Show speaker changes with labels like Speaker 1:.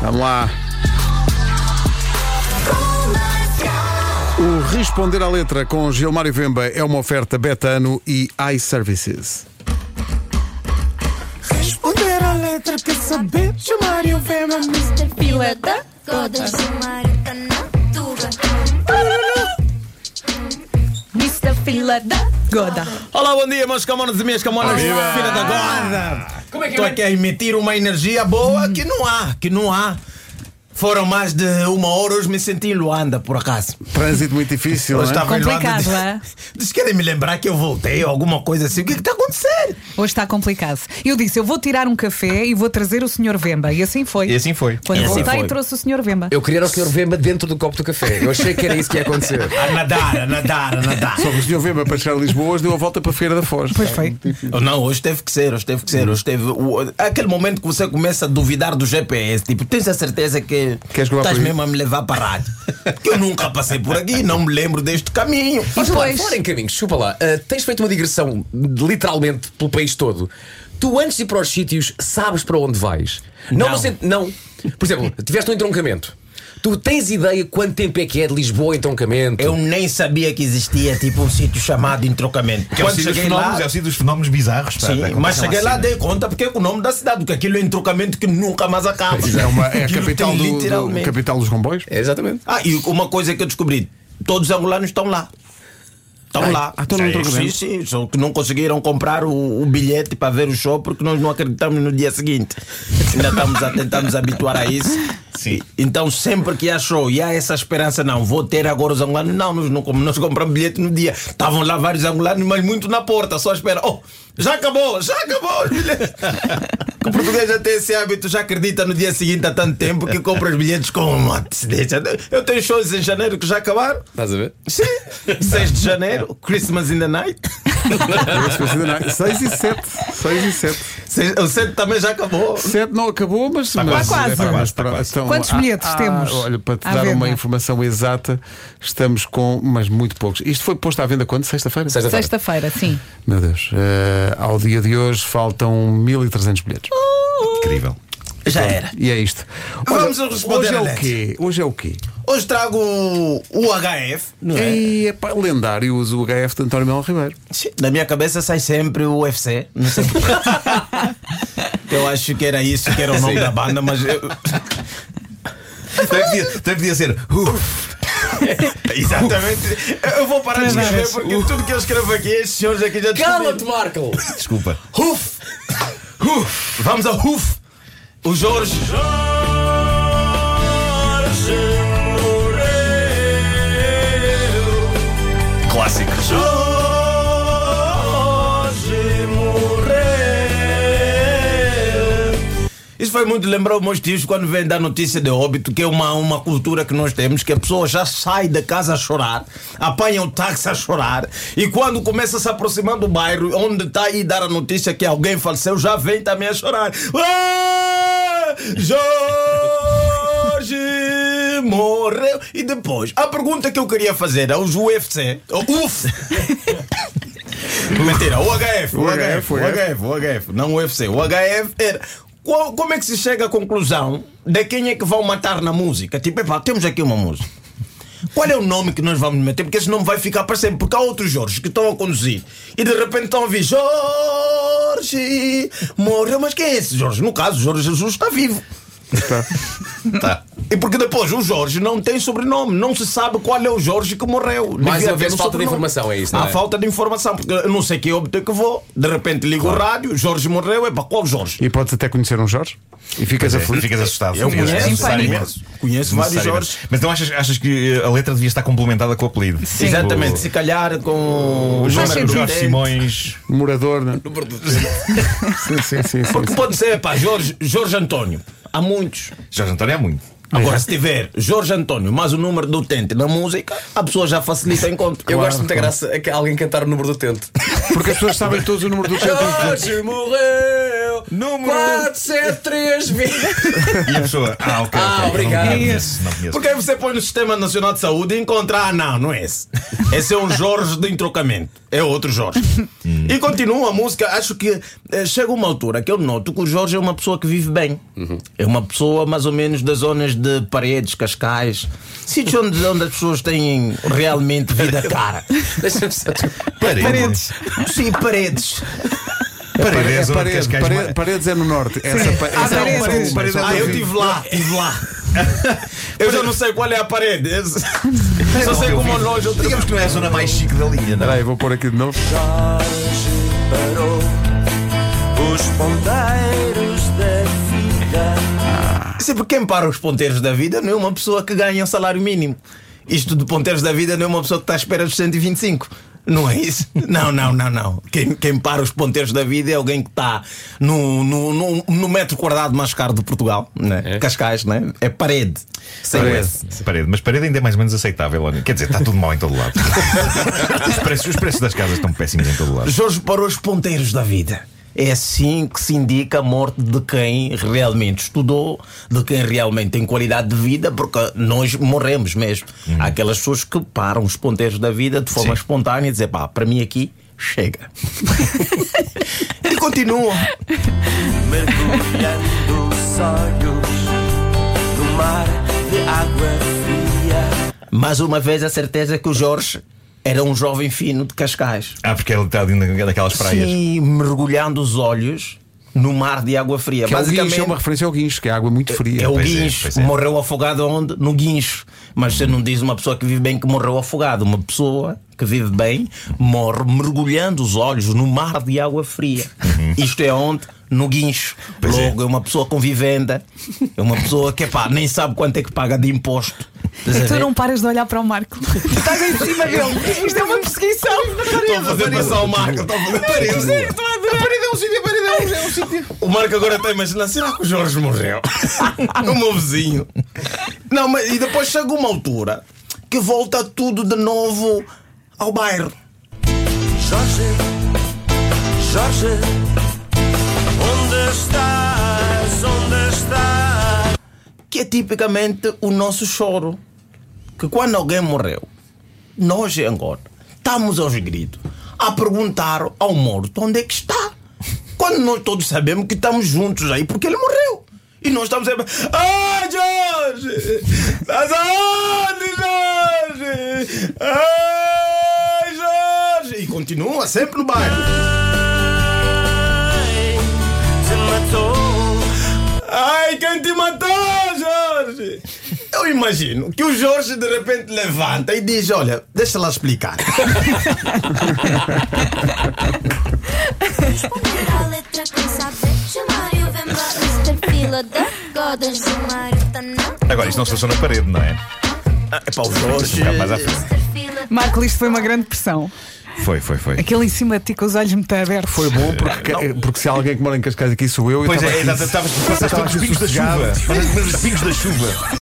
Speaker 1: Vamos lá. O Responder à Letra com Gilmário Vemba é uma oferta Betano e iServices.
Speaker 2: Responder à letra quer saber de Mário Vema.
Speaker 3: Mr. Pileta.
Speaker 4: Todas de marca na tuba.
Speaker 3: Mr. Pileta.
Speaker 2: Goda.
Speaker 5: Olá, bom dia, meus camonas e minhas camonas. Filha da guarda. Estou aqui a emitir uma energia boa que não há, que não há. Foram mais de uma hora, hoje me senti em Luanda, por acaso.
Speaker 1: Trânsito muito difícil,
Speaker 5: Hoje
Speaker 1: não é?
Speaker 5: estava em Luanda.
Speaker 2: Complicado,
Speaker 5: Diz-
Speaker 2: é?
Speaker 5: Diz que querem me lembrar que eu voltei ou alguma coisa assim. O que é que está a acontecer?
Speaker 2: Hoje está complicado. Eu disse, eu vou tirar um café e vou trazer o Sr. Vemba. E assim foi.
Speaker 5: E assim foi.
Speaker 2: Quando
Speaker 5: E assim
Speaker 2: voltei,
Speaker 5: foi.
Speaker 2: trouxe o Sr. Vemba.
Speaker 6: Eu queria o Sr. Vemba dentro do copo do café. Eu achei que era isso que ia acontecer.
Speaker 5: A Ah, nadar, a nadar, a nadar.
Speaker 1: Só que o senhor Vemba para chegar a Lisboa hoje deu a volta para Feira da Foz.
Speaker 2: Pois foi.
Speaker 5: Oh, Não, hoje teve que ser, hoje teve que ser. Hoje teve, o- aquele momento que você começa a duvidar do GPS, tipo, tens a certeza que
Speaker 1: Queres que eu vá
Speaker 5: estás
Speaker 1: por aí?
Speaker 5: mesmo a me levar para a rádio? que eu nunca passei por aqui, não me lembro deste caminho.
Speaker 6: Mas fora-
Speaker 2: depois?
Speaker 6: fora em caminhos, chupa lá. Ah, tens feito uma digressão, literalmente, pelo país todo. Tu, antes de ir para os sítios, sabes para onde vais. Não.
Speaker 5: Não.
Speaker 6: no sentido- não. Por exemplo, tiveste um entroncamento. Tu tens ideia quanto tempo é que é de Lisboa em entroncamento?
Speaker 5: Eu nem sabia que existia tipo um sítio chamado entrocamento.
Speaker 7: Que é o sítio dos fenómenos, é o sítio dos fenómenos bizarros. pá,
Speaker 1: É,
Speaker 5: Sim,
Speaker 7: acontece
Speaker 5: mas cheguei lá,
Speaker 7: cena.
Speaker 5: dei conta porque é o nome da cidade, porque aquilo é entrocamento que nunca mais acaba.
Speaker 1: É, uma- é a
Speaker 5: Aquilo
Speaker 1: capital,
Speaker 5: tem
Speaker 1: do- do,
Speaker 5: literalmente.
Speaker 1: capital dos comboios?
Speaker 6: É, exatamente.
Speaker 5: Ah, e uma coisa que eu descobri: todos os angolanos estão lá. Estão lá.
Speaker 1: ah, estão no
Speaker 5: Sim,
Speaker 1: entroncamento.
Speaker 5: Sim, sim. Só que não conseguiram comprar o, o bilhete para ver o show porque nós não acreditamos no dia seguinte. Ainda estamos a tentar nos habituar a isso.
Speaker 7: Sim.
Speaker 5: Então, sempre que há show e há essa esperança, não, vou ter agora os angolanos. Não, nós não, como nós compramos bilhete no dia. Estavam lá vários angolanos, mas muito na porta, só espera. Oh, já acabou, já acabou os bilhetes. Que o português já tem esse hábito, já acredita no dia seguinte há tanto tempo que compra os bilhetes com uma antecedência. Eu tenho shows em janeiro que já acabaram.
Speaker 6: Estás a ver?
Speaker 5: Sim, 6 de janeiro, Christmas in the night.
Speaker 1: Esse foi assim, não é? Seis e sete, seis e sete,
Speaker 5: Seis- O 7 também já acabou.
Speaker 1: sete não acabou, mas. Está
Speaker 7: quase,
Speaker 2: quase.
Speaker 7: tá quase, tá quase.
Speaker 2: Quantos bilhetes temos
Speaker 1: Olha, para te
Speaker 2: à
Speaker 1: dar uma
Speaker 2: venda?
Speaker 1: informação exata, estamos com, mas muito poucos. Isto foi posto à venda quando? Sexta-feira?
Speaker 6: Sexta-feira.
Speaker 2: Sexta-feira, sim.
Speaker 1: Meu Deus. eh, ao dia de hoje faltam 1300 bilhetes.
Speaker 7: Incrível.
Speaker 5: Já era.
Speaker 1: E é isto.
Speaker 5: Vamos responder
Speaker 1: Hoje é
Speaker 5: a
Speaker 1: o
Speaker 5: Lex.
Speaker 1: quê? Hoje é o quê?
Speaker 5: Hoje trago um, o HF, não é?
Speaker 1: E, epá, lendário uso o HF de António Melo Ribeiro.
Speaker 5: Sim, Na minha cabeça sai sempre o UFC, não sei porquê. Eu acho que era isso, que era o nome da banda, mas eu...
Speaker 7: Também podia, também podia ser. "Uf,
Speaker 5: exatamente. Eu vou parar de escrever porque tudo que eu escrevo aqui, estes senhores aqui já descobriram.
Speaker 6: Cala-te, Marco!
Speaker 7: desculpa.
Speaker 5: Huf! Huf! Vamos ao Huf! O Jorge. Jorge morreu.
Speaker 7: Clássico.
Speaker 5: Jorge morreu. Isso foi muito lembrar os meus tios quando vêm dar notícia de óbito, que é uma, uma cultura que nós temos, que a pessoa já sai da casa a chorar, apanha o táxi a chorar, e quando começa a se aproximar do bairro onde está e dar a notícia que alguém faleceu, já vem também a chorar. Ah, Jorge morreu. E depois, a pergunta que eu queria fazer é, aos UFC, o UF, Mentira, o HF, o HF, o HF, o HF, não o UFC. O HF era. Qual- como é que se chega à conclusão de quem é que vão matar na música? Tipo, epá, temos aqui uma música. Qual é o nome que nós vamos meter? Porque esse nome vai ficar para sempre. Porque há outros Jorge que estão a conduzir e de repente estão a ouvir Jorge morreu. Mas quem é esse Jorge? No caso, Jorge Jesus está vivo.
Speaker 7: Tá.
Speaker 5: E porque depois o Jorge não tem sobrenome, não se sabe qual é o Jorge que morreu.
Speaker 6: Mais
Speaker 5: Devia
Speaker 6: uma vez,
Speaker 5: ter um
Speaker 6: falta
Speaker 5: sobrenome.
Speaker 6: de
Speaker 5: Ah,
Speaker 6: informação, é isso, não
Speaker 5: Há
Speaker 6: é?
Speaker 5: falta de informação, porque eu não sei que óbito é que vou. De repente ligo o rádio, Jorge morreu, é para qual Jorge?
Speaker 1: E podes até conhecer um Jorge. E ficas
Speaker 7: É,
Speaker 1: aflito.
Speaker 7: ficas assustado.
Speaker 5: Eu
Speaker 7: ficas
Speaker 5: conheço,
Speaker 7: assustado
Speaker 2: em pânico.
Speaker 7: imenso.
Speaker 5: Conheço vários
Speaker 7: Necessariamente.
Speaker 5: Jorge.
Speaker 7: Mas então achas, achas que eh, a letra devia estar complementada com o apelido? Sim.
Speaker 5: Exatamente, se calhar com
Speaker 7: O
Speaker 5: o
Speaker 2: Faz
Speaker 7: Jorge,
Speaker 5: número
Speaker 2: sentido.
Speaker 7: Jorge
Speaker 5: de-
Speaker 7: Simões.
Speaker 1: Morador, né? Sim, sim, sim. sim,
Speaker 5: Porque
Speaker 1: sim.
Speaker 5: pode ser, pá, Jorge, Jorge António. Há muitos.
Speaker 7: Jorge António é muito.
Speaker 5: Agora, se tiver Jorge António mais o número do utente na música, a pessoa já facilita o encontro.
Speaker 6: Eu gosto de muita graça é a que alguém cantar o número do tente.
Speaker 5: é.
Speaker 1: Porque as pessoas sabem todos o número do tempo.
Speaker 6: Jorge morreu!
Speaker 7: Número-
Speaker 6: 473
Speaker 7: E a pessoa. Ah, ok.
Speaker 6: Ah,
Speaker 7: ok,
Speaker 6: obrigado.
Speaker 7: Não
Speaker 2: Isso.
Speaker 7: conheço, não conheço.
Speaker 5: Porque aí você põe no Sistema Nacional de Saúde e encontra, ah, não, não é esse. Esse é um Jorge de entrocamento. É outro Jorge. e continua a música. Acho que eh, chega uma altura que eu noto que o Jorge é uma pessoa que vive bem. É uma pessoa mais ou menos das zonas de paredes, cascais, sítios onde, onde as pessoas têm realmente vida cara.
Speaker 6: Deixa-me só.
Speaker 5: é
Speaker 7: Paredes.
Speaker 5: Sim, paredes.
Speaker 1: É
Speaker 7: Paredes. onde
Speaker 1: paredes,
Speaker 7: Cascais
Speaker 1: paredes,
Speaker 7: mais-
Speaker 1: paredes é no norte. Essa, pa-
Speaker 2: Ah,
Speaker 1: essa é
Speaker 2: paredes.
Speaker 1: uma- uma- uma-
Speaker 7: Paredes.
Speaker 5: Ah, eu estive lá, estive lá. Eu já não sei qual é a parede. Eu Só sei como ao longe eu
Speaker 7: Digamos que não é a zona mais chique da linha, não é?
Speaker 1: Espera aí, vou pôr aqui de novo. é
Speaker 5: Sempre quem para os ponteiros da vida não é uma pessoa que ganha salário mínimo. Isto de ponteiros da vida não é uma pessoa que está à espera dos 125. Não é isso? Não, não, não, não. Quem, quem para os ponteiros da vida é alguém que está no, no, no, no metro quadrado mais caro de Portugal, né? Cascais, né? é parede. Sem o
Speaker 7: Parede.
Speaker 5: S.
Speaker 7: Parede. Mas parede ainda é mais ou menos aceitável. olha. Quer dizer, está tudo mal em todo lado. os, preços, os preços das casas estão péssimos em todo lado.
Speaker 5: Jorge parou os ponteiros da vida. É assim que se indica a morte de quem realmente estudou, de quem realmente tem qualidade de vida, porque nós morremos mesmo. Há aquelas pessoas que param os ponteiros da vida de forma
Speaker 7: Sim.
Speaker 5: espontânea e dizer, pá, para mim aqui chega. e continua.
Speaker 8: mergulhando os olhos no mar de água fria.
Speaker 5: Mais uma vez a certeza é que o Jorge era um jovem fino de Cascais.
Speaker 7: Ah, porque ela está ali na- naquelas praias.
Speaker 5: Sim, mergulhando os olhos no mar de água fria.
Speaker 1: Que é o guincho,
Speaker 5: Basicamente,
Speaker 1: é uma referência ao guincho, que é água muito fria.
Speaker 5: É o
Speaker 7: Pois é,
Speaker 5: guincho.
Speaker 7: pois é.
Speaker 5: Morreu afogado onde? No guincho. Mas você não diz uma pessoa que vive bem que morreu afogado. Uma pessoa que vive bem morre mergulhando os olhos no mar de água fria. Isto é onde? No guincho.
Speaker 7: Uhum. Pois é.
Speaker 5: Logo, é. uma pessoa com vivenda. É uma pessoa que pá, nem sabe quanto é que paga de imposto. Estás a
Speaker 2: E tu
Speaker 5: ver?
Speaker 2: não paras de olhar para o Marco. Estás em cima dele. Isto é uma perseguição.
Speaker 5: Estou a fazer passar o Marco, estou a fazer parede. A parede é um sítio, a parede é um sítio. O Marco agora está a imaginar, será que o Jorge morreu? É o meu vizinho. Não, mas e depois chega uma altura que volta tudo de novo ao bairro.
Speaker 8: Jorge, Jorge, onde estás? Onde estás?
Speaker 5: que é tipicamente o nosso choro. Que quando alguém morreu, nós em Angola estamos aos gritos a perguntar ao morto onde é que está. Quando nós todos sabemos que estamos juntos aí porque ele morreu. E nós estamos sempre. Ah, Jorge! Estás aonde, Jorge? Ah, Jorge! E continua sempre no bairro.
Speaker 8: Ai, Te matou.
Speaker 5: Ai, quem te matou, Jorge? Eu imagino que o Jorge de repente levanta e diz: Olha, deixa lá explicar.
Speaker 4: A letra quem sabe chamar e o vemba.
Speaker 3: Mr. Fila da Godas.
Speaker 4: Todas de Marta não.
Speaker 7: Agora, isto não se passou na parede, não é?
Speaker 1: Ah,
Speaker 5: É para o Jorge.
Speaker 7: Um bocado mais à frente.
Speaker 2: Marco, isto foi uma grande pressão.
Speaker 7: Foi, foi, foi.
Speaker 2: Aquele em cima de ti com os olhos muito abertos.
Speaker 1: Foi bom porque, porque se há alguém que mora em Cascais aqui sou eu. eu
Speaker 7: Pois
Speaker 1: estava
Speaker 7: é,
Speaker 1: aqui-
Speaker 7: estavas passaste pelos pingos da
Speaker 1: sossegado.
Speaker 7: chuva. Passaste pelos pingos da chuva.